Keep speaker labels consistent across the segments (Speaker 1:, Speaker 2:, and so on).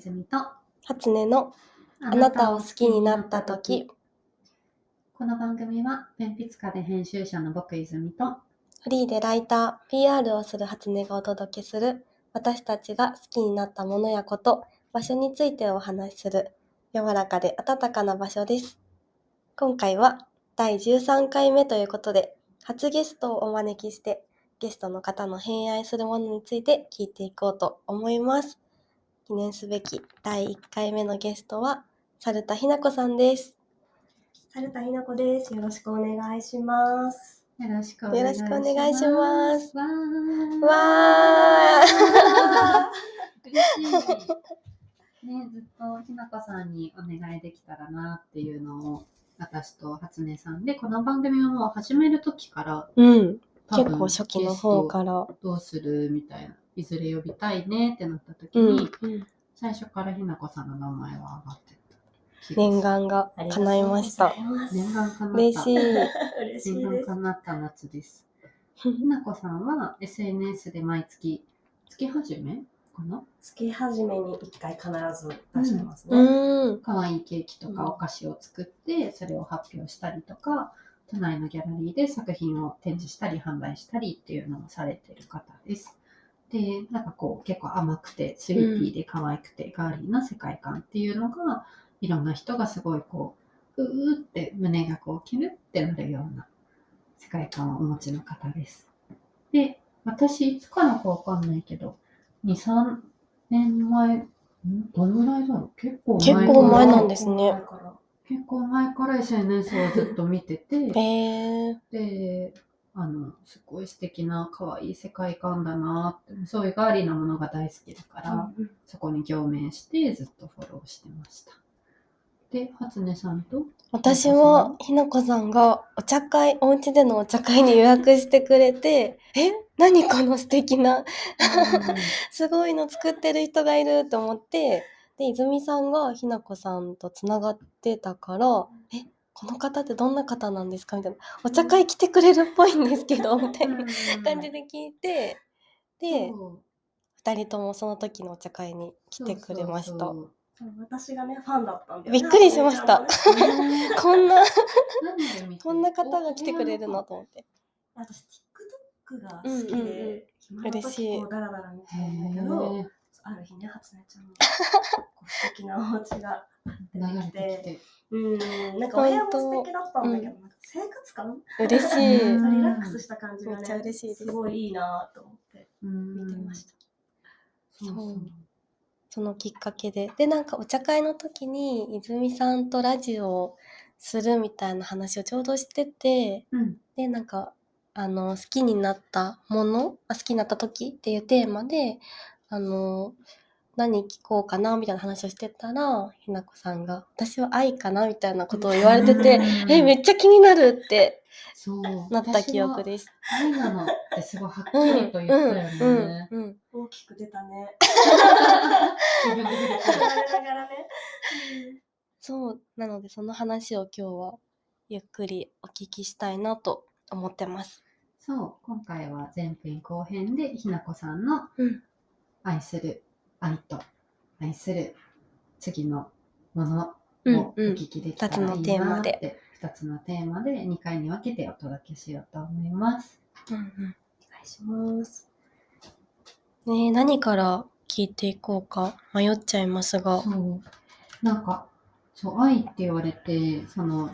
Speaker 1: ずみとあ
Speaker 2: 初音のあなたを好きになった時
Speaker 1: この番組は鉛筆家で編集者の僕泉と
Speaker 2: フリーでライター PR をする初音がお届けする私たちが好きになったものやこと場所についてお話しする柔らかで温かな場所です今回は第13回目ということで初ゲストをお招きしてゲストの方の偏愛するものについて聞いていこうと思います記念すべき第1回目のゲストは猿田ひな子さんです猿田ひな子ですよろしくお願いします
Speaker 1: よろしくお
Speaker 2: よ
Speaker 1: 願
Speaker 2: ろ
Speaker 1: い
Speaker 2: し
Speaker 1: し
Speaker 2: く
Speaker 1: ま
Speaker 2: お
Speaker 1: す。
Speaker 2: 願いします
Speaker 1: わー
Speaker 2: わー
Speaker 1: 嬉しい。ね、ずっとひなこさんにお願いできたらなっていうのを私と初音さんでこの番組をもう始める時から
Speaker 2: うん、
Speaker 1: 多
Speaker 2: 結
Speaker 1: 分
Speaker 2: 構初期の方
Speaker 1: ゲ
Speaker 2: から。
Speaker 1: ストどうするみたいないずれ呼びたいねってなった時に、
Speaker 2: うん、
Speaker 1: 最初からひなこさんの名前は上がってた気がする
Speaker 2: 念願が叶いました。
Speaker 1: 念願かなった
Speaker 2: 嬉しい。
Speaker 3: 嬉しい
Speaker 1: 念願
Speaker 3: です
Speaker 1: か。なった夏ですひなこさんは SNS で毎月月始めかな
Speaker 3: 月始めに一回必ず出してますね。
Speaker 2: うん、
Speaker 1: 可愛いケーキと
Speaker 3: う
Speaker 1: か
Speaker 3: ん
Speaker 1: お菓子を作ってそれを発表したりとか都内のギャラリーで作品を展示したり販売したりっていうのをされてる方です。でなんかこう結構甘くてスリーピーで可愛くてガーリーな世界観っていうのがいろんな人がすごいこううーって胸がこうキュルってなるような世界観をお持ちの方です。で私いつからかわかんないけど23年前んどのぐらいだろう結構前
Speaker 2: 結構
Speaker 1: から
Speaker 2: 前なんですね
Speaker 3: 前から
Speaker 1: 結構前から SNS をずっと見てて
Speaker 2: えー、
Speaker 1: であのすごい素敵な可愛い世界観だなってそういうガーリーなものが大好きだから、そこに共鳴してずっとフォローしてましたで初音さん と
Speaker 2: 私はひなこさんがお茶会、お家でのお茶会に予約してくれて、え、何この素敵な、すごいの作ってる人がいると思って、で、泉さんがひなこさんとつながってたから、え、この方ってどんな方なんですかみたいな。お茶会来てくれるっぽいんですけど、みたいな。感じ
Speaker 1: で
Speaker 2: で聞いて、で2人ともその時のお茶会に来てくれました
Speaker 3: そう私がね、ファンだったんで。
Speaker 2: びっくりしました
Speaker 3: あちゃんのね
Speaker 2: こんな
Speaker 1: 見て
Speaker 2: こんな方が来てくれるのと思って
Speaker 3: 私、TikTok が好き
Speaker 2: うんうんうん
Speaker 3: で、
Speaker 2: 嬉しい
Speaker 3: こうダラダラ見て
Speaker 1: へ
Speaker 3: るんだけど、
Speaker 1: ー
Speaker 3: ある日ね、初音ちゃんのこう素敵なお家が出
Speaker 1: 流れてき
Speaker 3: てきて、
Speaker 1: て
Speaker 3: う ん、なんかお部屋も素敵だったんだけど、なんか生活感、
Speaker 2: 嬉しい
Speaker 1: うん
Speaker 3: リラックスした感じが
Speaker 2: めっちゃ
Speaker 3: ね、
Speaker 2: 嬉しいです
Speaker 3: すごいいいなと思って見
Speaker 1: 見
Speaker 3: てました。
Speaker 1: そうそう
Speaker 2: そのきっかけででなんかお茶会の時に泉さんとラジオをするみたいな話をちょうどしてて
Speaker 1: うん
Speaker 2: でなんかあの好きになったものあ好きになった時っていうテーマであの何聞こうかなみたいな話をしてたらひなこさんが「私は愛かな」みたいなことを言われてて
Speaker 1: うん
Speaker 2: え、めっちゃ気になるって
Speaker 1: そう
Speaker 2: なった記憶です。
Speaker 1: 愛なのってすごいはっき
Speaker 2: うん、う
Speaker 1: りと言ったよね。
Speaker 2: ん、うん、うん。
Speaker 3: 大きく出たね。
Speaker 1: 自分で言っ
Speaker 3: 言わ
Speaker 1: て
Speaker 3: れながらね。
Speaker 2: そう、なので、その話を今日はゆっくりお聞きしたいなと思ってます。
Speaker 1: そう、今回は前編後編でひなこさんの
Speaker 2: うん
Speaker 1: 愛する愛と愛する次のもの
Speaker 2: うん
Speaker 1: をお
Speaker 2: うん
Speaker 1: 聞きできたらいいなっ
Speaker 2: 二つの
Speaker 1: て、
Speaker 2: テーマで
Speaker 1: 2つのテーマで2回に分けてお届けしようと思います。
Speaker 2: うん、
Speaker 3: お願いします。
Speaker 2: うん。ねえ、何から聞いていこうか迷っちゃいますが。
Speaker 1: そうなんかそう愛って言われてその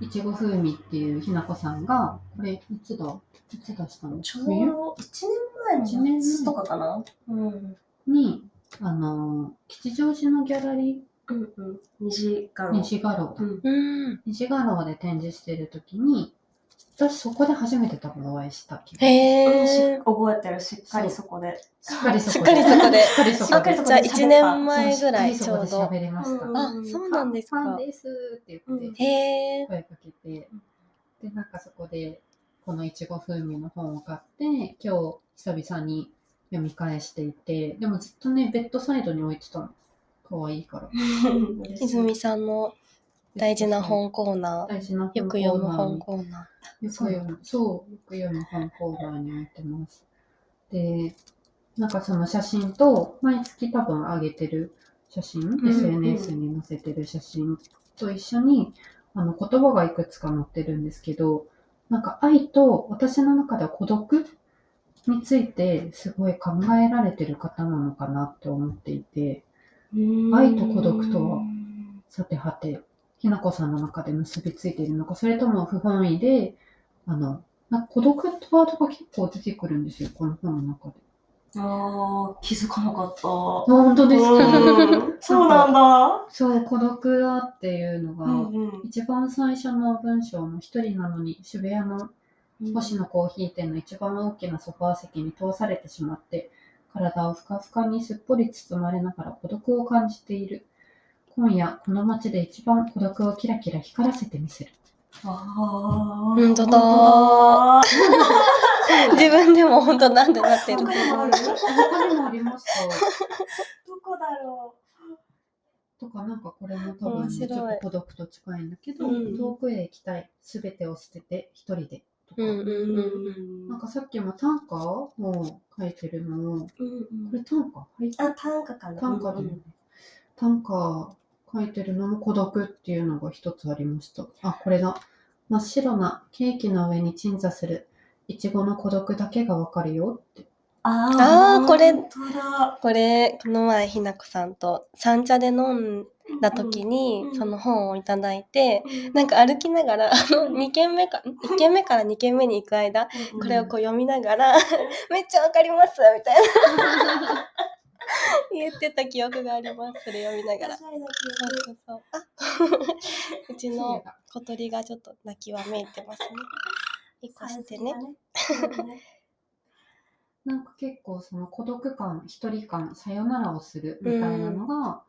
Speaker 1: いちご風味っていうひなこさんがこれいつだいつ出したの
Speaker 3: ちょうど1年前の夏とかかな。うん。
Speaker 1: 冬にあの吉祥寺のギャラリ
Speaker 3: うんうん。虹
Speaker 1: ー
Speaker 3: が
Speaker 1: 西画廊だ
Speaker 3: うん。
Speaker 2: うん。
Speaker 1: 西画廊で展示してる時に私そこで初めて多分お会いした気が
Speaker 2: へえ。
Speaker 3: 覚えてる、しっかりそこで。
Speaker 1: しっかりそこで
Speaker 2: しっかりそこで
Speaker 1: しっかりそこで
Speaker 3: しっかり
Speaker 2: じゃあ、1年前ぐらい
Speaker 1: そう
Speaker 2: ちょう
Speaker 1: しっかりそ
Speaker 2: ど。
Speaker 1: こで喋れました、
Speaker 3: うん
Speaker 2: あ、そうなんです
Speaker 1: ファン
Speaker 2: か。
Speaker 1: ですって言って、
Speaker 3: うん
Speaker 2: へえ。
Speaker 1: 声かけて、で、なんかそこで、このいちご風味の本を買って、今日久々に読み返していて、でもずっとね、ベッドサイドに置いてたの。かわいいから。
Speaker 2: 泉さんの大事な。本コーナ
Speaker 1: 大事な
Speaker 2: ー。よく読む本コーナ
Speaker 1: よく読む、そう、よく読む本コーナーに置いてます。で、なんかその写真と、毎月多分上げてる写真、
Speaker 3: ん
Speaker 1: SNS に載せてる写真と一緒にあの言葉がいくつか載ってるんですけどなんか愛と私の中では孤独についてすごい考えられてる方なのかなって思っていて愛と孤独とはさてはてひなこさんの中で結びついているのかそれとも不本意であのなんか孤独ってワードが結構出てくるんですよこの本の中で。
Speaker 3: あー気づかなかった。
Speaker 1: あ本当ですか
Speaker 3: うんそうなんだ。
Speaker 1: そう孤独だっていうのが、
Speaker 3: うん
Speaker 1: 一番最初の文章の一人なのに渋谷の
Speaker 3: うん
Speaker 1: 星野コーヒー店の一番大きなソファー席に通されてしまって体をふかふかにすっぽり包まれながら孤独を感じている今夜この街で一番孤独をキラキラ光らせてみせる
Speaker 3: あ
Speaker 2: 本当だ
Speaker 3: 本
Speaker 2: 自分でも本当なんでなってる
Speaker 3: 他にもある
Speaker 1: 他にもありました
Speaker 3: どこだろ
Speaker 1: とかなんかこれも多分
Speaker 2: 面
Speaker 1: ね
Speaker 2: 白い
Speaker 1: ちょっと孤独と近いんだけど、
Speaker 2: うん
Speaker 1: 遠くへ行きたい全てを捨てて一人でとか、
Speaker 2: うんうん
Speaker 3: う。
Speaker 2: うん
Speaker 1: なんかさっきも短歌を書いてるのをこ
Speaker 3: うんうん
Speaker 1: れ短歌入って
Speaker 3: あ、短歌かな。
Speaker 1: 短歌
Speaker 3: う
Speaker 1: で、
Speaker 3: んう
Speaker 1: ね
Speaker 3: ん
Speaker 1: 短歌書いてるのも孤独っていうのが一つありました。あ、これだ。真っ白なケーキの上に鎮座するいちごの孤独だけがわかるよって。
Speaker 3: あ
Speaker 2: あーこれ
Speaker 3: 本当だ。
Speaker 2: これこの前ひなこさんと三茶で飲んだ時に
Speaker 3: うん
Speaker 2: その本をいただいて
Speaker 3: うん、
Speaker 2: なんか歩きながらあの2軒目 か1軒目から2軒目に行く間これをこう読みなが ら「めっちゃわかります」みたいな言ってた記憶がありますそれ読みながら。
Speaker 3: おしゃれな記
Speaker 2: そう
Speaker 3: 憶
Speaker 2: そうそうあ うちの小鳥がちょっと泣きわめいてますね。一個してね。。
Speaker 3: サイズがね
Speaker 1: なんか結構その孤独感、一人感、さよならをするみたいなのが、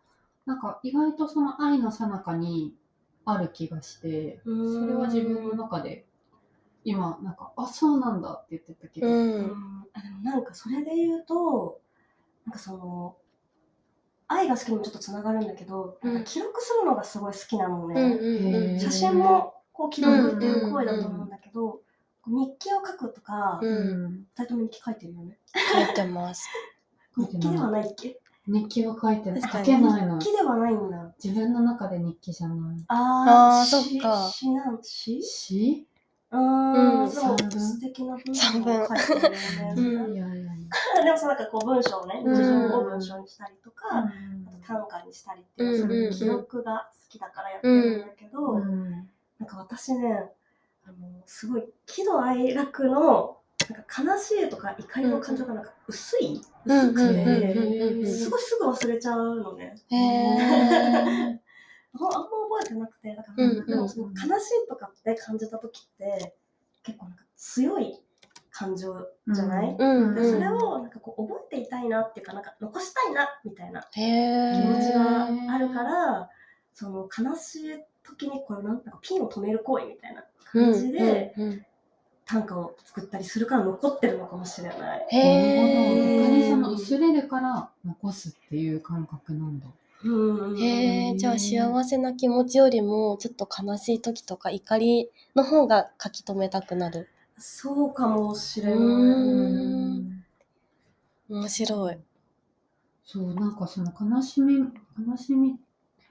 Speaker 1: なんか意外とその愛の最中にある気がして、
Speaker 3: そ
Speaker 1: それは自分の中で今なんか、あ、そうなんだって言ってたけど、
Speaker 2: う。
Speaker 3: うんんあでもなんかそれで言うとなんかその愛が好きにもちょっとつながるんだけど、
Speaker 2: うん
Speaker 3: なんか記録するのがすごい好きなの
Speaker 2: うんうん
Speaker 3: ね、
Speaker 2: うん。
Speaker 3: 写真もこう記録っていう行為だと思うんだけど、日記を書くとか、
Speaker 2: うん
Speaker 1: うん、
Speaker 3: 二人とも日記書いてるよね
Speaker 2: 書いてます。
Speaker 1: 書い
Speaker 3: 日
Speaker 1: て
Speaker 3: 記で
Speaker 1: ない
Speaker 3: はないっけ
Speaker 1: 日記は書いてない。書
Speaker 2: 確かに
Speaker 1: けないの
Speaker 3: 日。記ではないんだ
Speaker 1: 自分の中で日記じゃない。
Speaker 3: あー
Speaker 2: あーそっか
Speaker 3: しなんし
Speaker 1: し
Speaker 3: うー
Speaker 2: うん
Speaker 3: んそう
Speaker 1: 散文
Speaker 3: 素敵な文章
Speaker 2: 散文
Speaker 3: を書いてる よね、
Speaker 2: うん
Speaker 1: いやいやいや。
Speaker 3: でもそのなんかこう文章をね
Speaker 2: うん
Speaker 3: 日常を文章にしたりとか、あと短歌にしたりっていう、
Speaker 2: うんうんうん
Speaker 3: その記憶が好きだからやってるんだけど、
Speaker 1: うん
Speaker 3: なんか私ねあのすごい喜怒哀楽のなんか悲しいとか怒りの感情がなんか薄い、
Speaker 2: うんうん
Speaker 3: 薄く
Speaker 2: うん
Speaker 3: て、
Speaker 2: うんうん。
Speaker 3: すごいすぐ忘れちゃうのね
Speaker 2: へえ。
Speaker 3: ほんあんま覚えてなくてだからなん
Speaker 2: うんう
Speaker 3: か、
Speaker 2: ん
Speaker 3: でもその悲しいとかって感じた時って結構なんか強い感情じゃない、
Speaker 2: うん
Speaker 3: でそれ
Speaker 2: うん。
Speaker 3: をなんかこう覚えていたいなっていうかなんか残したいなみたいな
Speaker 2: へ
Speaker 3: 気持ち
Speaker 2: え。
Speaker 3: があるから、その悲しい時にこれなんかピンを止める行為みたいな感じで
Speaker 2: うんうん
Speaker 3: 短歌を作ったりするから残ってるのかもしれない。
Speaker 2: へ
Speaker 1: なるほど。
Speaker 2: え。
Speaker 1: 他にその薄れるから残すっていう感覚なんだ。
Speaker 3: うん
Speaker 2: へえ、じゃあ幸せな気持ちよりも、ちょっと悲しい時とか怒りの方が書き留めたくなる。
Speaker 3: そうかもしれない。
Speaker 2: うん
Speaker 1: うん
Speaker 2: 面白い。
Speaker 1: そう、なんかその悲しみ、悲しみ、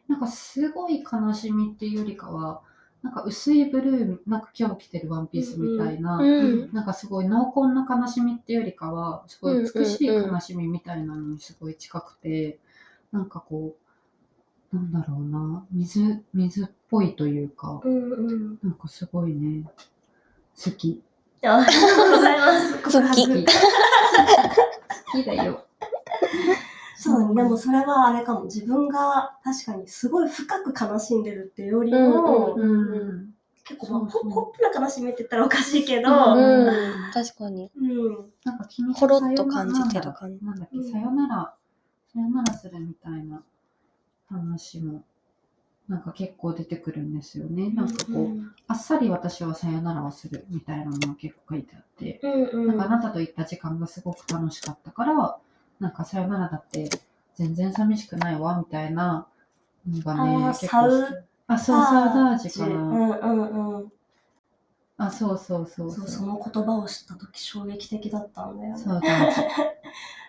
Speaker 1: なんかすごい悲しみっていうよりかは、なんか薄いブルー、なんか今日着てるワンピースみたいな、
Speaker 2: うん。
Speaker 1: なんかすごい濃厚な悲しみっていうよりかはすごい美しい悲しみみたいなのにすごい近くて、なんかこうなんだろうな水水っぽいというか
Speaker 3: うんうん。
Speaker 1: なんかすごいね好き
Speaker 3: ありがとうございます。 告
Speaker 2: 好き
Speaker 3: 白
Speaker 1: 好き好きだよ
Speaker 3: そうね、でもそれはあれかも。自分が確かにすごい深く悲しんでるっていうより
Speaker 2: うん
Speaker 3: も、
Speaker 1: うんうん
Speaker 3: 結構、まあ、
Speaker 1: そう
Speaker 3: ポ
Speaker 1: そう
Speaker 3: ポップな悲しみって言ったらおかしいけど、
Speaker 1: う
Speaker 2: うん。確かに。
Speaker 3: うん
Speaker 1: なんか気に
Speaker 2: ほろっと感じてる感じ。
Speaker 1: なんだっ
Speaker 3: う
Speaker 1: け
Speaker 3: ん
Speaker 1: さよならさよならするみたいな話もなんか結構出てくるんですよねなんかこう、あっさり私はさよならをするみたいなのが結構書いてあって、
Speaker 3: うんうん
Speaker 1: なんかあなたと行った時間がすごく楽しかったから、なんかさよならだって全然寂しくないわみたいなのがね、
Speaker 3: あー
Speaker 1: 結
Speaker 3: サ
Speaker 1: 構
Speaker 3: ウ
Speaker 1: 好き。あ、そう、サウダージか
Speaker 3: う
Speaker 1: な。
Speaker 3: んうんうん。
Speaker 1: あ、そうそうそう
Speaker 3: そ
Speaker 1: そうう。
Speaker 3: その言葉を知った時衝撃的だったんだよね。
Speaker 1: サウダージ。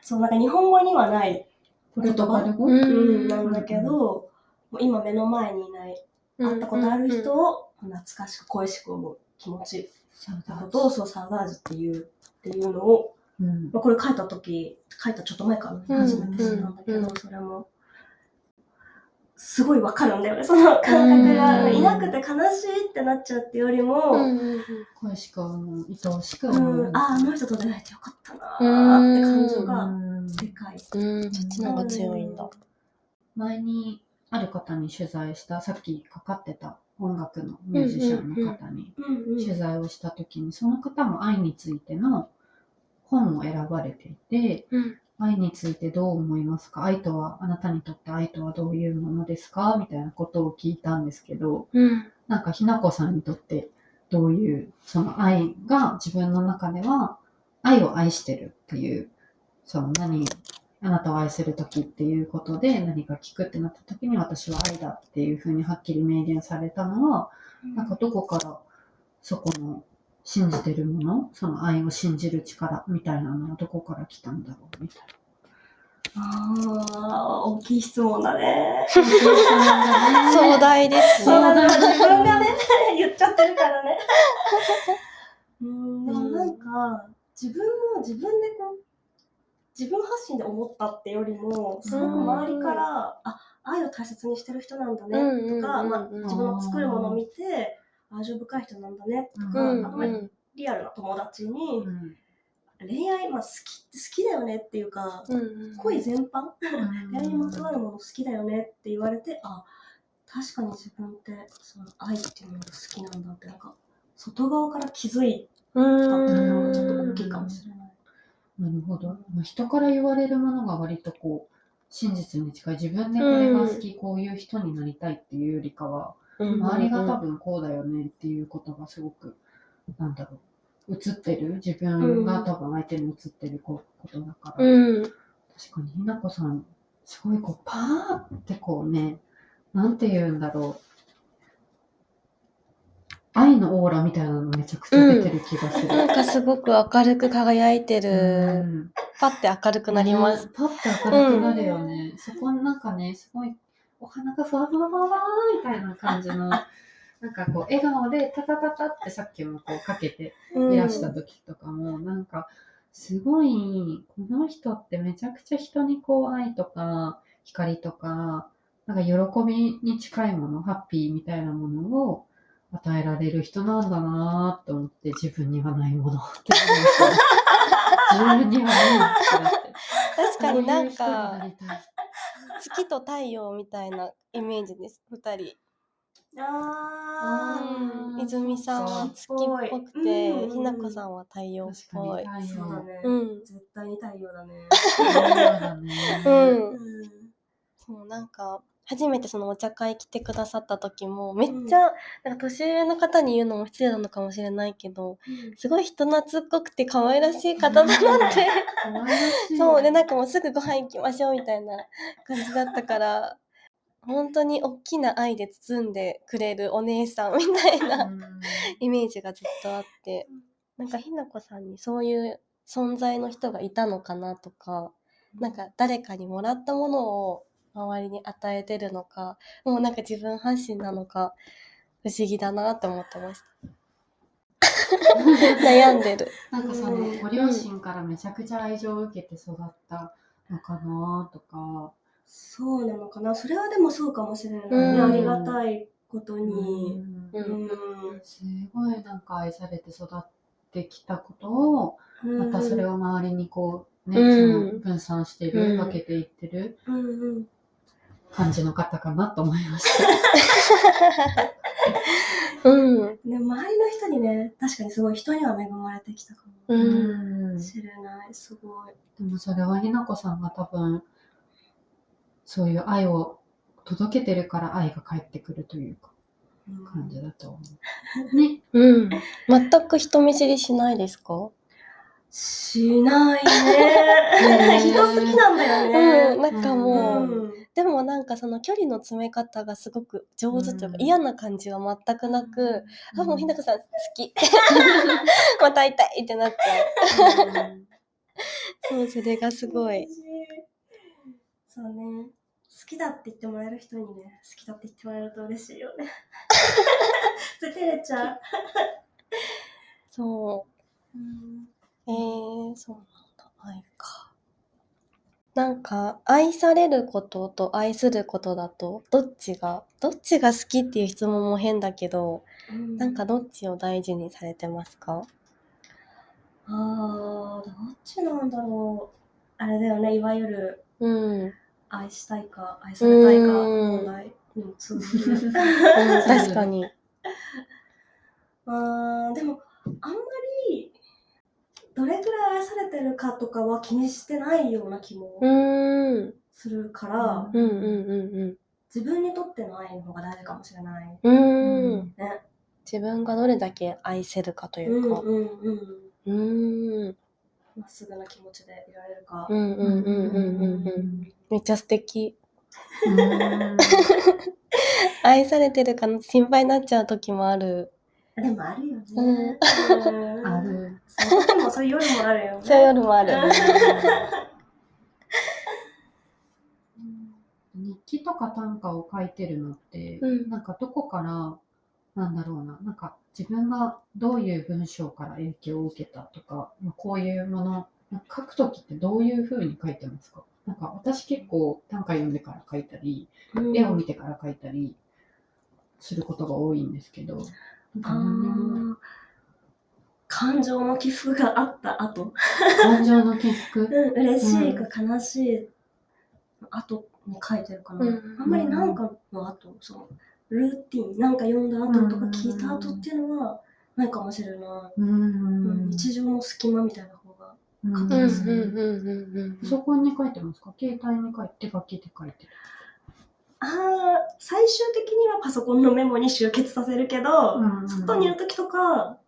Speaker 3: そうなんか日本語にはない
Speaker 1: ポルトガル語、
Speaker 2: うん
Speaker 3: うん、なんだけど、もう今目の前にいない、会ったことある人を懐かしく恋しく思う気持ち
Speaker 1: そう
Speaker 3: の
Speaker 1: だ
Speaker 3: ことを、そうサウダージっていう、っていうのを、
Speaker 1: うん
Speaker 3: まあ、これ書いた時、書いたちょっと前か
Speaker 2: う
Speaker 3: な、
Speaker 2: ん
Speaker 3: 初めて知ったんだけど、
Speaker 2: うん
Speaker 3: それも、すごいわかるんだよね、その感覚が。
Speaker 2: うん
Speaker 3: いなくて悲しいってなっちゃうってより
Speaker 2: う
Speaker 3: も、
Speaker 2: んうん
Speaker 1: 恋しく思う愛おしく
Speaker 3: う
Speaker 1: 思う、
Speaker 3: ん、ああ、あの人と出会えてよかったなーって感情
Speaker 1: う
Speaker 3: が
Speaker 1: ん
Speaker 3: でかい。
Speaker 2: うん、うんそっちの方が強いんだ。
Speaker 1: 前にある方に取材したさっきかかってた音楽のミュージシャンの方に
Speaker 3: うんうん
Speaker 1: 取材をした時にその方も愛についての本を選ばれていて
Speaker 2: うん
Speaker 1: 愛についてどう思いますか愛とはあなたにとって愛とはどういうものですかみたいなことを聞いたんですけど
Speaker 2: うん
Speaker 1: なんかひなこさんにとってどういうその愛が自分の中では愛を愛してるっていうその何あなたを愛する時っていうことで何か聞くってなった時に私は愛だっていうふうにはっきり明言されたのはなんかどこからそこの信じてるものその愛を信じる力みたいなのはどこから来たんだろうみたいな。
Speaker 3: ああ、大きい質問だね。
Speaker 2: 壮大です
Speaker 3: そう
Speaker 2: ね。
Speaker 3: なんだ、自分がね、 言っちゃってるか らね。うん、でもなんか、自分も自分でこう、自分発信で思ったってよりも、すごく周りから、あ、愛を大切にしてる人なんだね、
Speaker 2: うんうんうん
Speaker 3: とか、まあ、
Speaker 2: うん
Speaker 3: 自分の作るものを見て、味深い人なんだね、とか、
Speaker 2: うん
Speaker 3: あんまり
Speaker 2: うん
Speaker 3: リアルな友達に
Speaker 1: う、ん
Speaker 3: 恋愛、まあ、好き、好きだよねっていうか、
Speaker 2: うん
Speaker 3: 恋全般
Speaker 1: うん
Speaker 3: 恋愛にまつわるもの好きだよねって言われてあ確かに自分ってその愛っていうものが好きなんだってなんか外側から気づいたっていうのがちょっと大きいかもしれない。
Speaker 1: なるほど。まあ人から言われるものが割とこう、真実に近い。自分でこれが好き、こういう人になりたいっていうよりかは、
Speaker 2: うん
Speaker 1: 周りが多分こうだよねっていうことがすごく、なんだろう、映ってる。自分が多分相手に映ってるこことだから。
Speaker 2: うん。
Speaker 1: 確かに、ひなこさん、すごいこう、パーってこうね、なんて言うんだろう。愛のオーラみたいなのめちゃくちゃ出てる気がする。
Speaker 2: なんかすごく明るく輝いて
Speaker 1: う
Speaker 2: る。
Speaker 1: ん
Speaker 2: パッて明るくなります。
Speaker 1: うん。パッと明るくなるよね。そこのなんかね、すごい、お花がふわふわふわふわみたいな感じ の、なんかこう、笑顔でタタタタってさっきもこうかけていらした時とかも、なんか、すごい、この人ってめちゃくちゃ人にこう愛とか光とか、なんか喜びに近いもの、ハッピーみたいなものを与えられる人なんだなぁと思って、自分にはないものって思いま した。自分にはないものってなって。
Speaker 2: 確かになん
Speaker 1: こうい
Speaker 2: か
Speaker 1: う人になりたい
Speaker 2: 月と太陽みたいなイメージです二人。
Speaker 3: あ
Speaker 1: うん
Speaker 2: うん泉さんは月っぽくて、
Speaker 3: うん
Speaker 2: ひなこさんは太陽っ
Speaker 1: 確
Speaker 2: ぽい。
Speaker 1: か
Speaker 3: ー
Speaker 1: に太
Speaker 3: そうだ
Speaker 1: 陽。
Speaker 3: ね、
Speaker 2: うん
Speaker 3: 絶対に太陽だ ね。
Speaker 1: 太陽だね。
Speaker 2: うん。
Speaker 3: うん
Speaker 2: そうなんか初めてそのお茶会来てくださった時もめっちゃ、なんか年上の方に言うのも失礼なのかもしれないけどすごい人懐っこくて可愛らしい方だなって
Speaker 1: 可愛らしい
Speaker 2: そうでなんかもうすぐご飯行きましょうみたいな感じだったから本当に大きな愛で包んでくれるお姉さんみたいな
Speaker 1: うん
Speaker 2: イメージがずっとあってなんかひなこさんにそういう存在の人がいたのかなとかなんか誰かにもらったものを周りに与えてるのかもうなんか自分発信なのか不思議だなって思ってました 悩んでる
Speaker 1: なんかそのご両親からめちゃくちゃ愛情を受けて育ったのかなとか、
Speaker 3: そうなのかな。それはでもそうかもしれないね。
Speaker 2: うん
Speaker 3: ありがたいこと
Speaker 1: う
Speaker 3: に。
Speaker 1: ん
Speaker 2: うん
Speaker 1: すごいなんか愛されて育ってきたことを、
Speaker 3: うん
Speaker 1: またそれを周りにこうね、
Speaker 2: うん
Speaker 1: その分散してる、
Speaker 2: うん
Speaker 1: 分けていってる
Speaker 3: うんうん
Speaker 1: 感じの方かなと思いました。
Speaker 2: うん
Speaker 3: ね、周りの人にね、確かにすごい人には恵まれてきたか
Speaker 2: う
Speaker 3: も
Speaker 2: ん
Speaker 3: しれない。すごい。
Speaker 1: でもそれはひなこさんが多分そういう愛を届けてるから愛が返ってくるというか
Speaker 3: うん
Speaker 1: 感じだと思う。ね。
Speaker 2: うん全く人見知りしないですか
Speaker 3: しない
Speaker 1: ね
Speaker 3: ね。人好きなんだ
Speaker 2: う
Speaker 3: よ
Speaker 2: ん
Speaker 3: ね。
Speaker 2: なんか
Speaker 3: う
Speaker 2: もう、
Speaker 3: ん
Speaker 2: でもなんかその距離の詰め方がすごく上手というか、
Speaker 1: うん
Speaker 2: 嫌な感じは全くなく、あもうひな
Speaker 1: こ
Speaker 2: こさん好 きまた会いたいってなっちゃうそうそれがすごい。
Speaker 3: そうね。好きだって言ってもらえる人にね、好きだって言ってもらえると嬉しいよ ね。 それ照れちゃう。
Speaker 2: そう。
Speaker 3: うん
Speaker 2: えー、そうなんだ。愛か。なんか、愛されることと愛することだと、どっちが、どっちが好きっていう質問も変だけど、なんかどっちを大事にされてますか
Speaker 3: あーどっちなんだろうあれだよねいわゆる
Speaker 2: うん。うん、
Speaker 3: 愛したいか愛されたいか
Speaker 2: うん
Speaker 3: 問題にも通ずる
Speaker 2: 確かに。
Speaker 3: あーでもあんまりどれくらい愛されてるかとかは気にしてないような気も
Speaker 2: うーん。うん
Speaker 3: するから、
Speaker 2: うんうん
Speaker 3: 自分にとっての愛の方が大事かもしれない
Speaker 2: うん。うーん。
Speaker 3: ね
Speaker 2: 自分がどれだけ愛せるかといううんか。
Speaker 3: うんうん
Speaker 2: うーん。
Speaker 3: まっすぐな気持ちでいられるか
Speaker 2: うんうんうんうんうんうん。めっちゃ素敵。
Speaker 1: うん
Speaker 2: 愛されてるかの心配になっちゃう時もある。
Speaker 3: でもあるよね、
Speaker 2: うん
Speaker 3: うん
Speaker 1: ある。
Speaker 3: そういう時もそういう夜もあるよね
Speaker 2: そういう夜もある。
Speaker 1: 日記とか短歌を書いてるのって、
Speaker 2: うん
Speaker 1: なんかどこからなんだろうななんか自分がどういう文章から影響を受けたとか、まあ、こういうものなんか書く時ってどういうふうに書いてますかなんか私結構短歌読んでから書いたり、
Speaker 3: うん
Speaker 1: 絵を見てから書いたりすることが多いんですけどなんか
Speaker 3: あ
Speaker 1: 何年前
Speaker 3: ー感情の起伏があった後、
Speaker 1: 感情の起伏
Speaker 3: うん、嬉しいか悲しい後に書いてるかな、
Speaker 2: うん
Speaker 3: あんまりなんかの後そのルーティンなんか読んだ後とか聞いた後っていうのはないかもしれない、
Speaker 1: うんうん
Speaker 3: うん日常の隙間みたいな方が
Speaker 1: うん
Speaker 3: 書き
Speaker 2: うんう
Speaker 3: や
Speaker 2: ん
Speaker 3: すい
Speaker 2: うんうん うん。
Speaker 1: パソコンに書いてますか携帯に書いて手書きで書いてる
Speaker 3: あー最終的にはパソコンのメモに集結させるけど、外にいる時とか、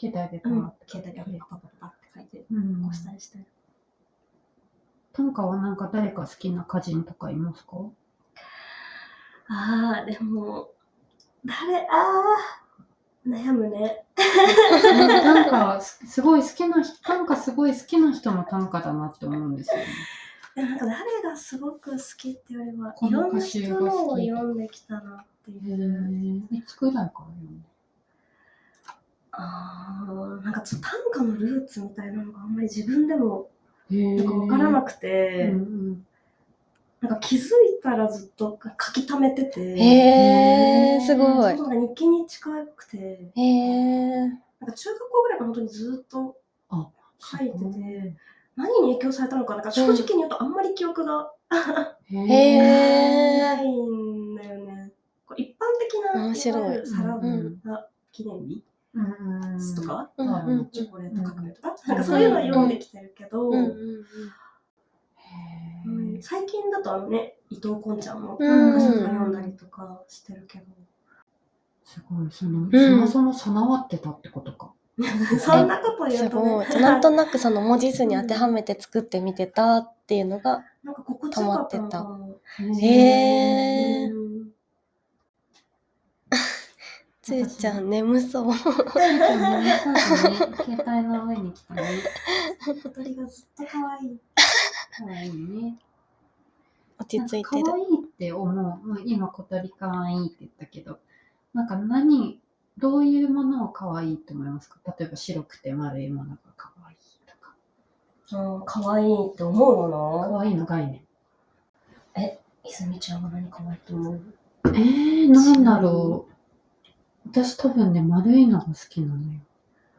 Speaker 1: 携帯で
Speaker 3: う
Speaker 1: パ
Speaker 3: ん
Speaker 1: ッ、て書い
Speaker 3: 携
Speaker 1: て
Speaker 3: 帯で
Speaker 1: る
Speaker 3: パパパパパって書いて
Speaker 1: うん
Speaker 3: こうしたりしてる
Speaker 1: 短歌はなんか誰か好きな歌人とかいますか
Speaker 3: ああ、でも、誰、ああ、悩むね。
Speaker 1: 短歌すすごい好きな人短歌すごい好きな人の短歌だなって思うんですよね。
Speaker 3: でもなんか誰がすごく好きってよりは、
Speaker 1: こ
Speaker 3: いろ
Speaker 1: の
Speaker 3: んな
Speaker 1: 歌集
Speaker 3: 人
Speaker 1: が好き
Speaker 3: のを読んできたなっていう。
Speaker 1: いつくらいから読んで
Speaker 3: ああ、なんかちょっと短歌のルーツみたいなのがあんまり自分でも
Speaker 1: る
Speaker 3: なんかわからなく
Speaker 1: へー
Speaker 3: て
Speaker 1: う、ん
Speaker 3: なんか気づいたらずっと書き溜めてて、
Speaker 2: へえ、すごい
Speaker 3: ちょっ。となんか日記に近くて、
Speaker 2: へえ。
Speaker 3: なんか中学校ぐらいから本当にずっと書いて
Speaker 1: うん
Speaker 3: て、何に影響されたのか、なんか正直に言うとあんまり記憶が
Speaker 2: へ
Speaker 1: へー
Speaker 2: ー
Speaker 3: ないんだよね。こう一般的な
Speaker 2: 面白い
Speaker 3: わゆるサラ
Speaker 2: うん
Speaker 3: ダ記念日
Speaker 1: うん
Speaker 3: とか、
Speaker 2: う
Speaker 1: うんんうん
Speaker 3: チョコレート革命とか、
Speaker 1: ん
Speaker 3: なんかそういうのは読んできてるけど、
Speaker 2: うんうん
Speaker 1: へ
Speaker 3: うん
Speaker 1: ー
Speaker 3: 最近だとあのね、伊藤こんちゃん
Speaker 2: う
Speaker 3: の歌詞と
Speaker 2: ん
Speaker 3: か読んだりとかしてるけど、
Speaker 1: すごいその、
Speaker 2: ん
Speaker 1: そもそも備わってたってことか。
Speaker 3: そんなこと言
Speaker 2: す
Speaker 3: うと
Speaker 2: ご
Speaker 3: ね
Speaker 2: い。、なんとなくその文字数に当てはめて作ってみてたっていうのが、
Speaker 3: なんか心地よかったのかも。
Speaker 2: へー
Speaker 3: うん
Speaker 2: つゆちゃん眠そう。
Speaker 1: 携帯の上に来たね。
Speaker 3: 小鳥がずっと可愛い。
Speaker 1: 可愛いね。
Speaker 2: 落ち着い
Speaker 1: なん
Speaker 2: て
Speaker 1: か可愛
Speaker 2: る。
Speaker 1: いって思う。うん今小鳥可愛いって言ったけど、なんか何どういうものを可愛いと思いますか。例えば白くて丸いものが可愛いとか。
Speaker 3: うん可愛いって思うもの
Speaker 1: 可愛いの概念。
Speaker 3: 泉ちゃんは何可愛いと思う
Speaker 1: えー、なんだろう。私多分ね丸いのが好きなのよ。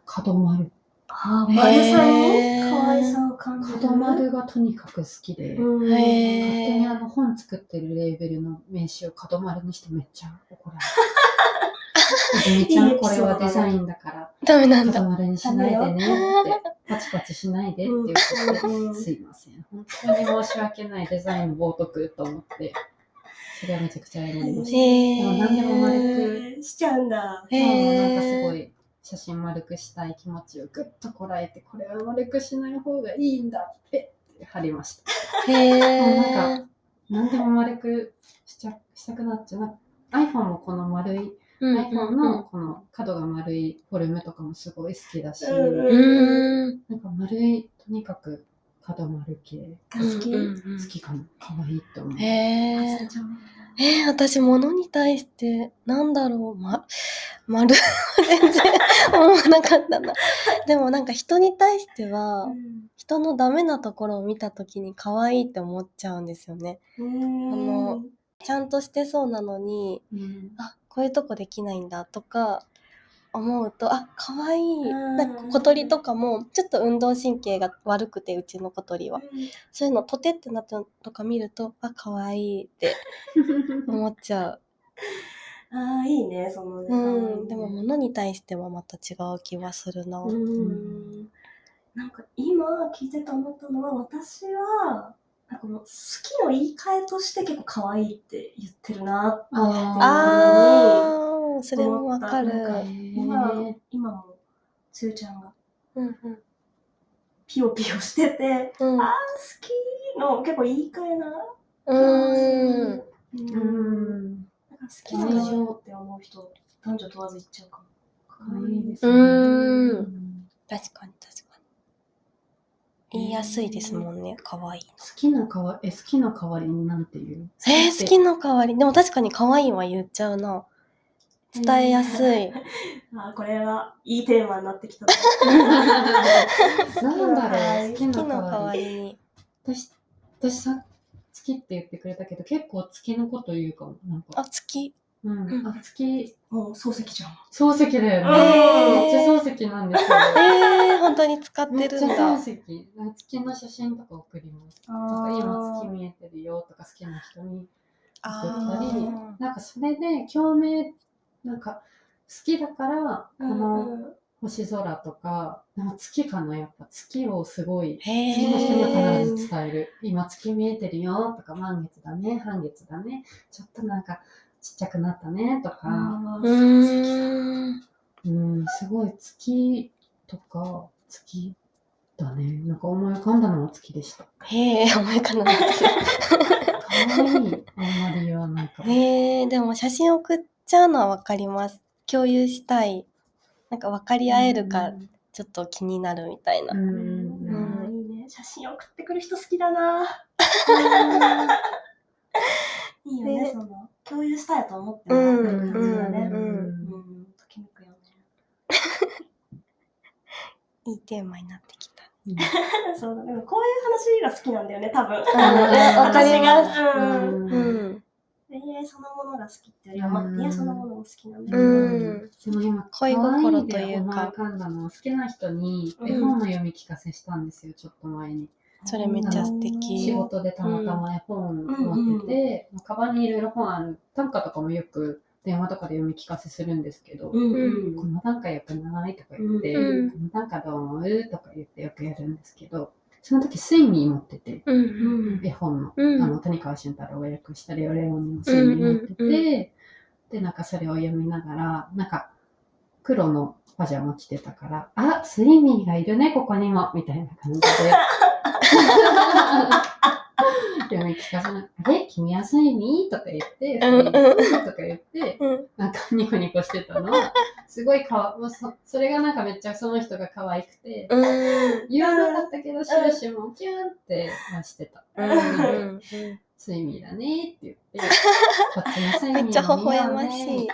Speaker 1: 角丸。
Speaker 3: ああ、
Speaker 2: へー
Speaker 3: 丸さんに可愛さを感じる。
Speaker 1: 角丸がとにかく好きで。
Speaker 3: うん。
Speaker 2: へー
Speaker 1: 勝手にあの本作ってるレーベルの名刺を角丸にしてめっちゃ怒られる。いずみちゃんこれはデザインだから
Speaker 2: ダメなん
Speaker 1: 角
Speaker 2: だ。
Speaker 1: 丸にしないでねって、パチパチしないでっていうこと
Speaker 3: うん
Speaker 1: で、すいません。本当に申し訳ないデザインを冒涜と思って、それはめちゃくちゃ謝りまし
Speaker 2: へ
Speaker 1: た。
Speaker 2: え。
Speaker 1: でも何でも丸く
Speaker 3: えーしちゃうんだ。
Speaker 2: へ
Speaker 1: 今日もなんかす
Speaker 2: え。
Speaker 1: ごい写真丸くしたい気持ちをぐっとこらえて、これは丸くしない方がいいんだって貼りました。
Speaker 2: へ
Speaker 1: な
Speaker 2: え。
Speaker 1: 何でも丸くしちゃしたくなっちゃう。なんか iPhone もこの丸い、
Speaker 2: うんうん
Speaker 1: iPhone のこの角が丸いフォルムとかもすごい好きだし、
Speaker 3: うん
Speaker 2: うん。うーん。
Speaker 1: なんか丸い、とにかく角丸系
Speaker 3: が好
Speaker 2: う
Speaker 3: き。
Speaker 2: んうんうん
Speaker 1: 好きかも。可愛いと思う。
Speaker 2: へ
Speaker 3: あ
Speaker 2: え
Speaker 3: ちゃん
Speaker 2: えー、私、物に対して、なんだろう、ま、丸 全然思わなかったな。でもなんか人に対しては、人のダメなところを見たときに可愛いって思っちゃうんですよね。
Speaker 3: うん
Speaker 2: あのちゃんとしてそうなのに、
Speaker 1: うん
Speaker 2: あ、こういうとこできないんだとか、思うと、あ、可愛い。
Speaker 3: うん
Speaker 2: なんか小鳥とかも、ちょっと運動神経が悪くて、うちの小鳥は。そういうの、とてってなったのとか見ると、あ、可愛いって思っちゃう。
Speaker 3: ああ、いいね、その ね。
Speaker 2: うん、でも物に対してはまた違う気はするな。
Speaker 3: う。
Speaker 2: うん
Speaker 3: なんか今聞いてて思ったのは、私は、なんかこの好きの言い換えとして結構可愛いって言ってるな。
Speaker 1: あ
Speaker 2: ああ、それもわかる。
Speaker 3: 思った
Speaker 1: あ。
Speaker 3: なん今
Speaker 1: へえ、
Speaker 3: 今も、つゆちゃんが
Speaker 2: うんうん
Speaker 3: ピヨピヨしてて、
Speaker 2: うん
Speaker 3: あ好きの結構言い換えな。
Speaker 2: うんうん。
Speaker 3: う。
Speaker 1: うんん。
Speaker 3: なんか好きなんだよって思う人、男女問わず言っちゃうかも。可愛いです
Speaker 2: う
Speaker 3: ね。
Speaker 2: ん確かに確かに。言いやすいですもんね、可愛い
Speaker 1: 好きな代わえ好きな代わりになんていう
Speaker 2: えー、好きの代わり。でも確かに可愛いは言っちゃうな。伝えやすい。
Speaker 3: あーこれはいいテーマにな ってきた。
Speaker 1: なんだろう好き
Speaker 2: 好き
Speaker 1: の代
Speaker 2: の代
Speaker 1: わ
Speaker 2: わ
Speaker 1: り
Speaker 2: りに。
Speaker 1: 私私さ好きって言ってくれたけど結構月のこと言うかもなんか
Speaker 2: あ、好き。
Speaker 1: うん、あ月
Speaker 3: もう漱石じゃん。
Speaker 1: 漱石だよ
Speaker 3: え
Speaker 1: ねめ
Speaker 3: ー
Speaker 1: っちゃ漱石なんですよ
Speaker 2: えー、本当に使っ
Speaker 1: め
Speaker 2: て
Speaker 1: っちゃ
Speaker 2: るんだ。
Speaker 1: 漱石月の写真とか送りますなんか今月見えてるよとか好きな人に
Speaker 2: あー
Speaker 1: なんかそれで共鳴なんか好きだからこの星空とかなんか月かなやっぱ月をすごい
Speaker 2: へ
Speaker 1: 次の人に
Speaker 2: え
Speaker 1: は。必ず伝える。今月見えてるよとか、満月だね、半月だね、ちょっとなんかちっちゃくなったねとか、
Speaker 2: うーん。
Speaker 1: うん、すごい月とか、月だね。なんか思い浮かんだのは月でした。
Speaker 2: へえ、思い浮かん だ。
Speaker 1: かわいい。あんまり言わないから。
Speaker 2: へえ、でも写真送っちゃうのはわかります。共有したい。なんか分かり合えるか、ちょっと気になるみたいな
Speaker 1: う。ん。うんうん
Speaker 2: ん
Speaker 3: いいね。写真送ってくる人好きだな。いいよね
Speaker 2: ね、
Speaker 3: その共有したいと思っ
Speaker 2: う
Speaker 3: てもらっ
Speaker 2: ん、
Speaker 3: て
Speaker 2: う
Speaker 3: る感じがね。
Speaker 1: うん
Speaker 2: ん、うん。
Speaker 3: うん、ときめくよね。
Speaker 2: いいテーマになってきた。
Speaker 3: そうだね。でもこういう話が好きなんだよね、多分。
Speaker 1: んわかり
Speaker 2: ます
Speaker 3: う
Speaker 2: う
Speaker 3: ん
Speaker 1: うん
Speaker 2: ん。
Speaker 3: 恋愛そのものが好きっていうよりは、まあ恋愛そのものも好きなんだよね。
Speaker 2: うん
Speaker 1: その今、
Speaker 2: 恋心という
Speaker 1: 可愛いで思い
Speaker 2: か
Speaker 1: 浮、かんだのは好きな人に
Speaker 3: うん
Speaker 1: 絵本の読み聞かせしたんですよ、ちょっと前に。
Speaker 2: それめっちゃ
Speaker 1: 仕
Speaker 2: 素敵。
Speaker 1: 事でたまたま絵本を持ってて、まあカバンにいろいろ本ある短歌とかもよく電話とかで読み聞かせするんですけど、
Speaker 3: うん
Speaker 2: うん
Speaker 1: この短歌よくないとか言って、
Speaker 2: うん
Speaker 1: この短歌どう思うとか言ってよくやるんですけどその時睡眠持ってて
Speaker 2: うん、
Speaker 3: うん
Speaker 1: 絵本の,、
Speaker 2: うん
Speaker 1: あの谷川俊太郎が訳したレオレオンの睡眠持ってて、
Speaker 2: うんうんうん
Speaker 1: でなんかそれを読みながらなんか黒のパジャマ着てたから、あ、スリミーがいるね、ここにも、みたいな感じで。読み聞かせながら、え、君はスリミーとか言って、
Speaker 2: うんうん
Speaker 1: スリミーとか言って、
Speaker 2: うん。
Speaker 1: なんかニコニコしてたのは、すごいかわ、もうそそれがなんかめっちゃその人が可愛くて、
Speaker 2: うん。
Speaker 1: 言わなかったけど、終始もキュンってはしてた。
Speaker 2: うん。
Speaker 1: 睡眠だねって言っ て、こっちの睡眠
Speaker 2: めっちゃ微笑ましい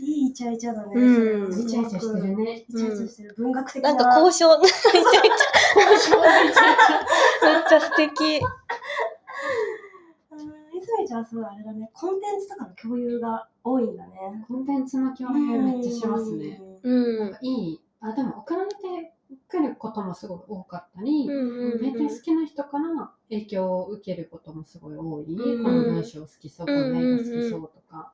Speaker 3: いいイチャイチャだね。
Speaker 2: うん
Speaker 1: イチャイチャしてる
Speaker 3: ね。
Speaker 1: ね。
Speaker 3: イチャイチャしてる。文学的
Speaker 2: な
Speaker 3: な。
Speaker 2: んか交渉、めっち
Speaker 1: イチャイチャ
Speaker 2: ゃ素敵。
Speaker 3: うん泉ちゃんはすごいあれだね。コンテンツとかの共有が多いんだね。
Speaker 1: コンテンツの共有めっちゃしますね。
Speaker 2: う
Speaker 1: なん
Speaker 2: ん
Speaker 1: か。いい、あ、でも送られてくることもすごい多かったり、
Speaker 2: うん
Speaker 1: 大体好きな人から影響を受けることもすごい多い。
Speaker 3: うん
Speaker 1: この文章好きそう、この映画好きそうとか、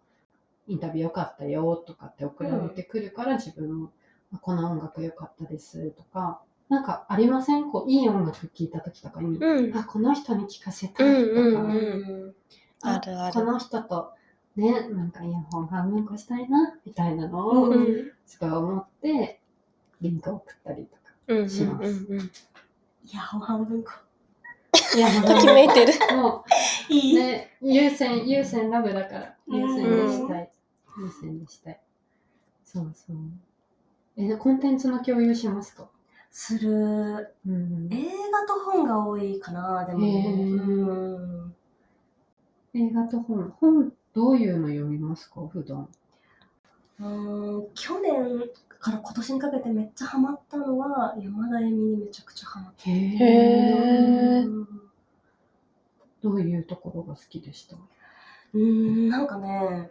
Speaker 1: インタビュー良かったよとかって送られてくるから自分も、あこの音楽良かったですとか、なんかありませんこう、いい音楽聴いた時とかに、
Speaker 2: うん。
Speaker 1: あ、この人に聴かせたいとか、
Speaker 2: うんうんうん
Speaker 3: ん。
Speaker 2: あるあ
Speaker 1: こ
Speaker 2: る。
Speaker 1: の人とね、なんかイヤホン半分こしたいな、みたいなのを
Speaker 2: うん
Speaker 1: すごい思って、リンクを送ったりとか。
Speaker 2: うん。うん。
Speaker 1: します
Speaker 2: うん。
Speaker 3: いや、お半分こ。
Speaker 1: いや、
Speaker 2: ときめいてる。
Speaker 1: も
Speaker 3: いうい。
Speaker 1: ね、優先、優先ラブだから、優先でしたい。優先でしたい。そうそう。え、コンテンツの共有しますか
Speaker 3: する。
Speaker 1: うん
Speaker 3: 映画と本が多いかな、でも。
Speaker 1: へー
Speaker 3: うん
Speaker 1: 映画と本、本どういうの読みますか、普段。
Speaker 3: うん去年から今年にかけてめっちゃハマったのは、山田恵美にめちゃくちゃハマっ
Speaker 1: へ
Speaker 3: た。
Speaker 2: へー
Speaker 3: うん
Speaker 1: どういうところが好きでした
Speaker 3: うーん、なんかね、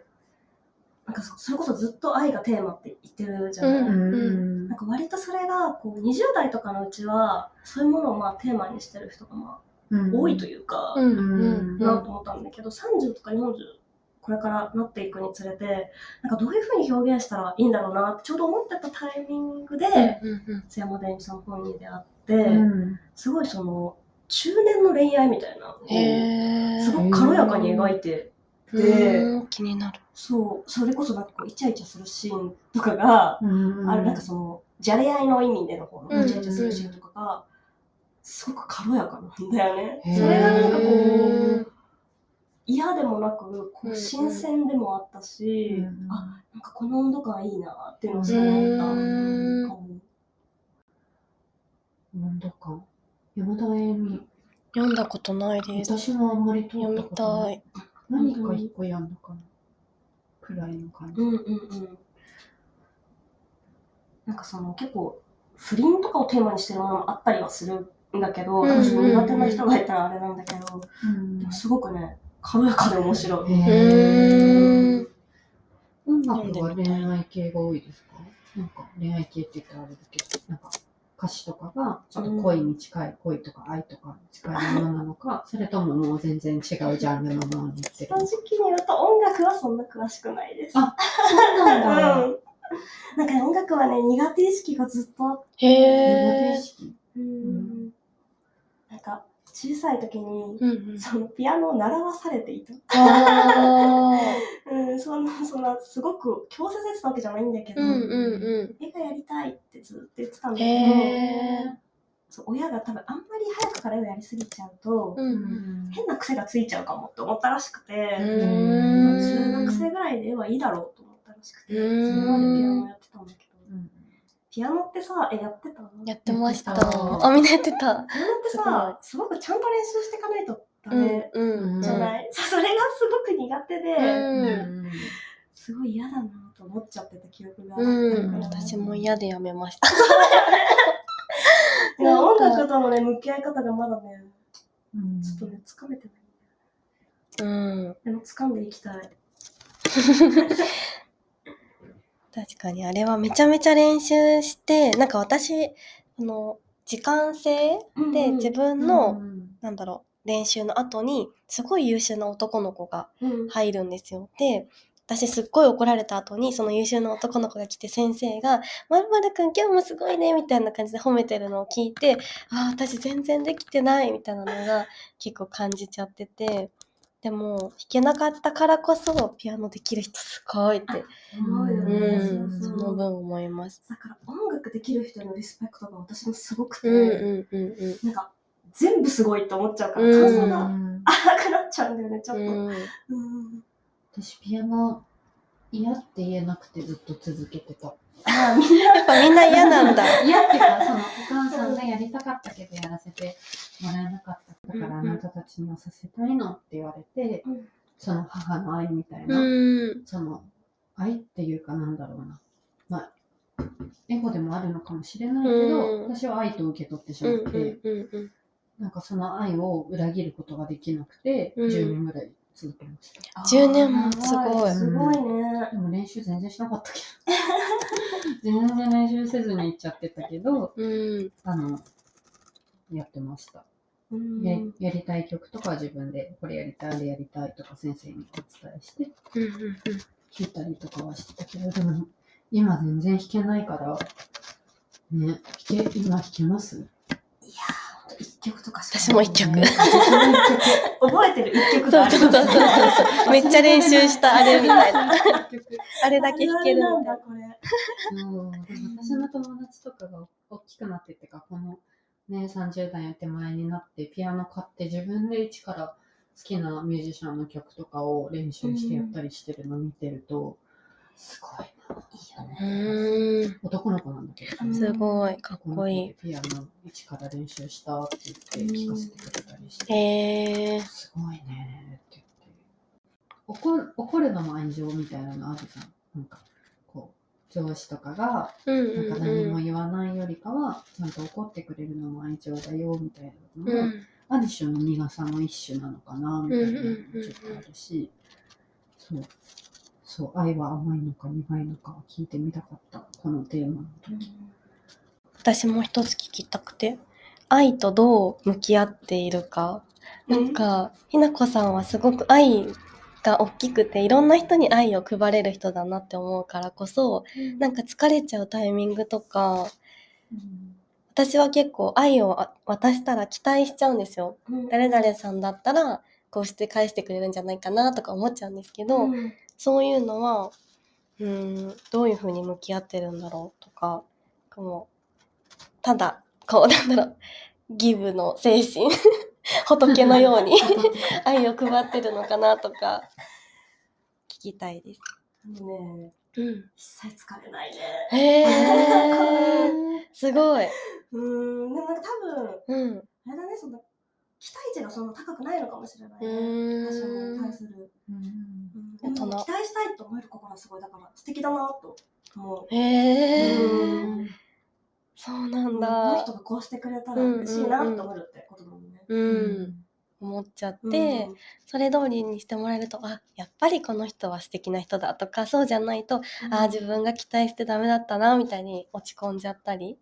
Speaker 3: なんかそそれこそずっと愛がテーマって言ってるじゃない、
Speaker 2: うん
Speaker 1: うん
Speaker 3: なんか割とそれがこう20代とかのうちはそういうものをまあテーマにしてる人がまあ多いと
Speaker 1: う。
Speaker 3: いうか、
Speaker 2: う
Speaker 1: う
Speaker 2: ん
Speaker 1: ん
Speaker 3: なと思ったんだけど30とか40これからなっていくにつれてなんかどういうふうに表現したらいいんだろうなってちょうど思ってたタイミングで津山田由美さん本人であって、
Speaker 1: うん
Speaker 3: すごいその中年の恋愛みたいなのを
Speaker 2: へ
Speaker 3: すごく軽やかに描いてて。
Speaker 2: え。気になる。
Speaker 3: そう、それこそなんかこうイチャイチャするシーンとかが、
Speaker 1: うん
Speaker 3: あるなんかその、じゃれ合いの意味での方
Speaker 2: うん
Speaker 3: のイチャイチャするシーンとかが、すごく軽やかなんだよね。
Speaker 1: へー
Speaker 3: それがなんかこ
Speaker 2: へー
Speaker 3: う、嫌でもなく、こ
Speaker 2: うん
Speaker 3: う新鮮でもあったし、あ、
Speaker 1: あ、
Speaker 3: なんかこの温度感いいなっていうのをすごい思った。
Speaker 2: うん
Speaker 3: かも
Speaker 1: なんだか。山田恵美。
Speaker 2: 読んだことないです。
Speaker 1: 私もあんまり通った
Speaker 2: 読み
Speaker 1: こと
Speaker 2: た
Speaker 1: ない。
Speaker 2: い。
Speaker 1: 何か一個やんのかな。くらいの感じ
Speaker 3: う。んうんうん。なんかその結構、不倫とかをテーマにしてるものもあったりはするんだけど、
Speaker 2: うんうんうん
Speaker 3: 私も苦手な人がいたらあれなんだけど、
Speaker 1: うん
Speaker 3: でもすごくね、軽やかで面白い。
Speaker 1: へー
Speaker 2: う
Speaker 1: 音楽は恋愛系が多いですかなんか恋愛系って言ったらあれだけど、なんか歌詞とかがちょっと恋に近い、恋とか愛とかに近いものなのか、それとももう全然違うジャンルのものに行ってる
Speaker 3: 正。直に言うと音楽はそんな詳しくないです。
Speaker 1: あそう
Speaker 3: うん。
Speaker 1: な
Speaker 3: な
Speaker 1: だ。
Speaker 3: んんかね、音楽はね、苦手意識がずっとあって、
Speaker 2: へ
Speaker 1: 苦手意
Speaker 2: え。
Speaker 1: 識。
Speaker 3: うん、なんか、小さい時に、
Speaker 2: うんうん。
Speaker 3: そのピアノを習わされていた。
Speaker 2: ああ。
Speaker 3: うん、そんな、そんな、すごく強制されてたわけじゃないんだけど、
Speaker 2: うんうんう
Speaker 3: 絵がやりたいってずっと言ってたんだ
Speaker 2: ん。
Speaker 3: けど、
Speaker 2: へえ。
Speaker 3: そう親が多分あんまり早くから絵をやりすぎちゃうと、
Speaker 2: うんうん。
Speaker 1: ん
Speaker 3: 変な癖がついちゃうかもって思ったらしくて、
Speaker 1: ん
Speaker 3: 中学生
Speaker 2: 生。
Speaker 3: ぐらいで絵はいいだろうと思ったらしくて、
Speaker 2: う
Speaker 3: そ
Speaker 2: ーん
Speaker 3: れまでピアノやってたんだけど、
Speaker 1: うん
Speaker 3: ピアノってさ、え、やってたの
Speaker 2: やってました。
Speaker 1: やってた
Speaker 2: あ、みんなやってた。
Speaker 3: ピアノってさ、すごくちゃんと練習していかないとダ
Speaker 2: うん
Speaker 3: メ
Speaker 2: うん。
Speaker 3: じゃない、 それがすごく苦手で、
Speaker 2: うん。
Speaker 3: すごい嫌だなと思っちゃってた記憶があったから、
Speaker 2: うん。私も嫌でやめました。
Speaker 3: いや音楽とのね、向き合い方がまだね、
Speaker 1: うん
Speaker 3: ちょっとね、つかめてない。
Speaker 2: うん。
Speaker 3: でも、掴んでいきたい。
Speaker 2: 確かにあれはめちゃめちゃ練習してなんか私あの時間制で自分の、なんだろう練習の後にすごい優秀な男の子が
Speaker 3: うん、うん
Speaker 2: 入るんですよで私すっごい怒られた後にその優秀な男の子が来て先生が「まるまるくん今日もすごいね」みたいな感じで褒めてるのを聞いて「ああ私全然できてない」みたいなのが結構感じちゃっててでも弾けなかったからこそピアノできる人すごいって
Speaker 3: 思うよね
Speaker 2: うん、
Speaker 3: そ
Speaker 2: そう
Speaker 3: そう
Speaker 2: の分思います。
Speaker 3: だから、音楽できる人へのリスペクトが私もすごくて、
Speaker 2: うんうんうんうん
Speaker 3: なんか、全部すごいと思っちゃうから、
Speaker 2: うん
Speaker 3: 感
Speaker 1: う
Speaker 3: 想
Speaker 1: ん
Speaker 3: が荒くなっちゃうんだよね、ちょっと。
Speaker 2: うん。
Speaker 3: うん
Speaker 1: 私ピアノ嫌って言えなくてずっと続けてた。
Speaker 3: まあ、みんな、
Speaker 2: やっぱみんな嫌なんだ。
Speaker 1: 嫌っていうか、そのお母さんがやりたかったけどやらせてもらえなかっただからあ
Speaker 3: うんうん
Speaker 1: なたたちにはさせたいのって言われて
Speaker 3: うん、
Speaker 1: その母の愛みたいな、
Speaker 2: うん。
Speaker 1: その愛っていうかなんだろうな。まあ、エゴでもあるのかもしれないけど、
Speaker 2: うん
Speaker 1: 私は愛と受け取ってしま
Speaker 2: うん
Speaker 1: って、
Speaker 2: うんうんうん。
Speaker 1: なんかその愛を裏切ることができなくて、
Speaker 2: うん
Speaker 1: 10年ぐらい続けました。
Speaker 2: 10年もすご
Speaker 1: い
Speaker 3: すごいね。
Speaker 1: でも練習全然しなかったけど。 全然練習せずに行っちゃってたけど、
Speaker 2: うん。
Speaker 1: あの、やってました。
Speaker 3: うん
Speaker 1: ややりたい曲とかは自分で、これやりたい、あれやりたいとか先生にお伝えして、
Speaker 2: うんうんうん。
Speaker 1: 聞いたりとかはしてたけど、でも今全然弾けないから、ね、弾け、今弾けます
Speaker 3: 一曲とかしか
Speaker 2: 私も一曲
Speaker 1: ね 一
Speaker 3: 覚えてる一曲
Speaker 2: そ
Speaker 3: があ
Speaker 2: う
Speaker 3: る
Speaker 2: そうそうそうそう。 めっちゃ練習したあれみたいな。
Speaker 1: な。一曲
Speaker 2: あれだけ弾ける
Speaker 3: ああ
Speaker 2: の
Speaker 3: なん
Speaker 2: が
Speaker 3: だ、。これ。
Speaker 1: そうでも私の友達とかが大きくなってってかこの、ね、30代手前になってピアノ買って自分で一から好きなミュージシャンの曲とかを練習してやったりしてるの見てるとすごいな
Speaker 2: うーん。
Speaker 1: 男の子なんだけど。
Speaker 2: すごい、かっこいい。
Speaker 1: ピアノ一から練習したって言って聞かせてくれたりして、
Speaker 2: へえー。
Speaker 1: すごいねって言って怒る怒るのも愛情みたいなのあるじゃんなんかこう上司とかが
Speaker 2: うん
Speaker 1: なんか
Speaker 2: うん
Speaker 1: 何も
Speaker 2: うん。
Speaker 1: 言わないよりかはちゃんと怒ってくれるのも愛情だよみたいなの
Speaker 2: う
Speaker 1: が、
Speaker 2: ん
Speaker 1: ある種の苦さの一種なのかなみたいなのも
Speaker 2: うんうんうん
Speaker 1: ちょっとあるし、そうそう愛は甘いのか苦いのかを聞いてみたかったこのテーマの時、
Speaker 2: 私も一つ聞きたくて愛とどう向き合っているかなんかひなこさんはすごく愛が大きくていろんな人に愛を配れる人だなって思うからこそなんか疲れちゃうタイミングとか私は結構愛をあ渡したら期待しちゃうんですよ誰々さんだったらこうして返してくれるんじゃないかなとか思っちゃうんですけど、
Speaker 3: うん
Speaker 2: そういうのは、うん、どういうふうに向き合ってるんだろうとか、こう、ただ、こう、なんだろう、ギブの精神、 仏のよう に愛を配ってるのかなとか、聞きたいです。
Speaker 3: でもね、
Speaker 2: うん。
Speaker 3: 一切疲れないね。
Speaker 2: へえー、すごい。
Speaker 3: うーん、でもなんか多分、
Speaker 2: うん。
Speaker 3: あれだね、その、期待値がそんな高くないのかもしれないうね。他者に
Speaker 2: ー
Speaker 3: 対
Speaker 2: ん。
Speaker 3: する。
Speaker 1: うん
Speaker 3: でも
Speaker 2: 大人
Speaker 3: 期待したいと思える心はすごい、だから素敵だなと思う。
Speaker 2: へえ
Speaker 3: う
Speaker 2: ー、
Speaker 3: ん
Speaker 2: そうな
Speaker 3: こ
Speaker 2: ん
Speaker 3: の
Speaker 2: だ
Speaker 3: 人。がこうしてくれたら嬉しいなって思えるってことだもんね。
Speaker 2: うん。思っちゃって、
Speaker 3: うん
Speaker 2: それ通りにしてもらえるとあやっぱりこの人は素敵な人だとかそうじゃないと、あ自分が期待してダメだったなみたいに落ち込んじゃったり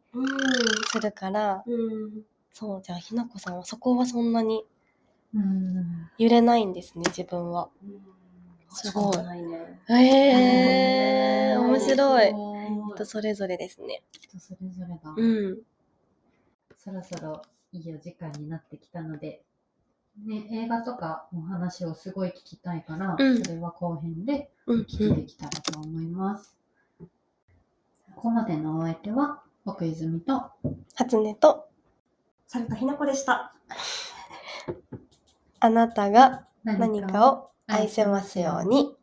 Speaker 2: するから
Speaker 3: うん。
Speaker 2: そうじゃあひなこさんはそこはそんなに
Speaker 1: うん
Speaker 2: 揺れないんですね自分は。
Speaker 3: うん。
Speaker 2: すごい
Speaker 3: 落ち込まないね。
Speaker 2: へえー、
Speaker 3: うん
Speaker 2: 面白い。
Speaker 1: 人
Speaker 2: 人それぞれですね。
Speaker 1: それぞれだ。
Speaker 2: うん。
Speaker 1: そろそろいいお時間になってきたので、ね、映画とかの話をすごい聞きたいから、
Speaker 2: うん
Speaker 1: それは後編で
Speaker 2: うん。
Speaker 1: 聞いてきたらと思います。ここまでのお相手は、奥泉と、
Speaker 2: 初音と
Speaker 3: されたひなこでした。
Speaker 2: あなたが何かを愛せますように。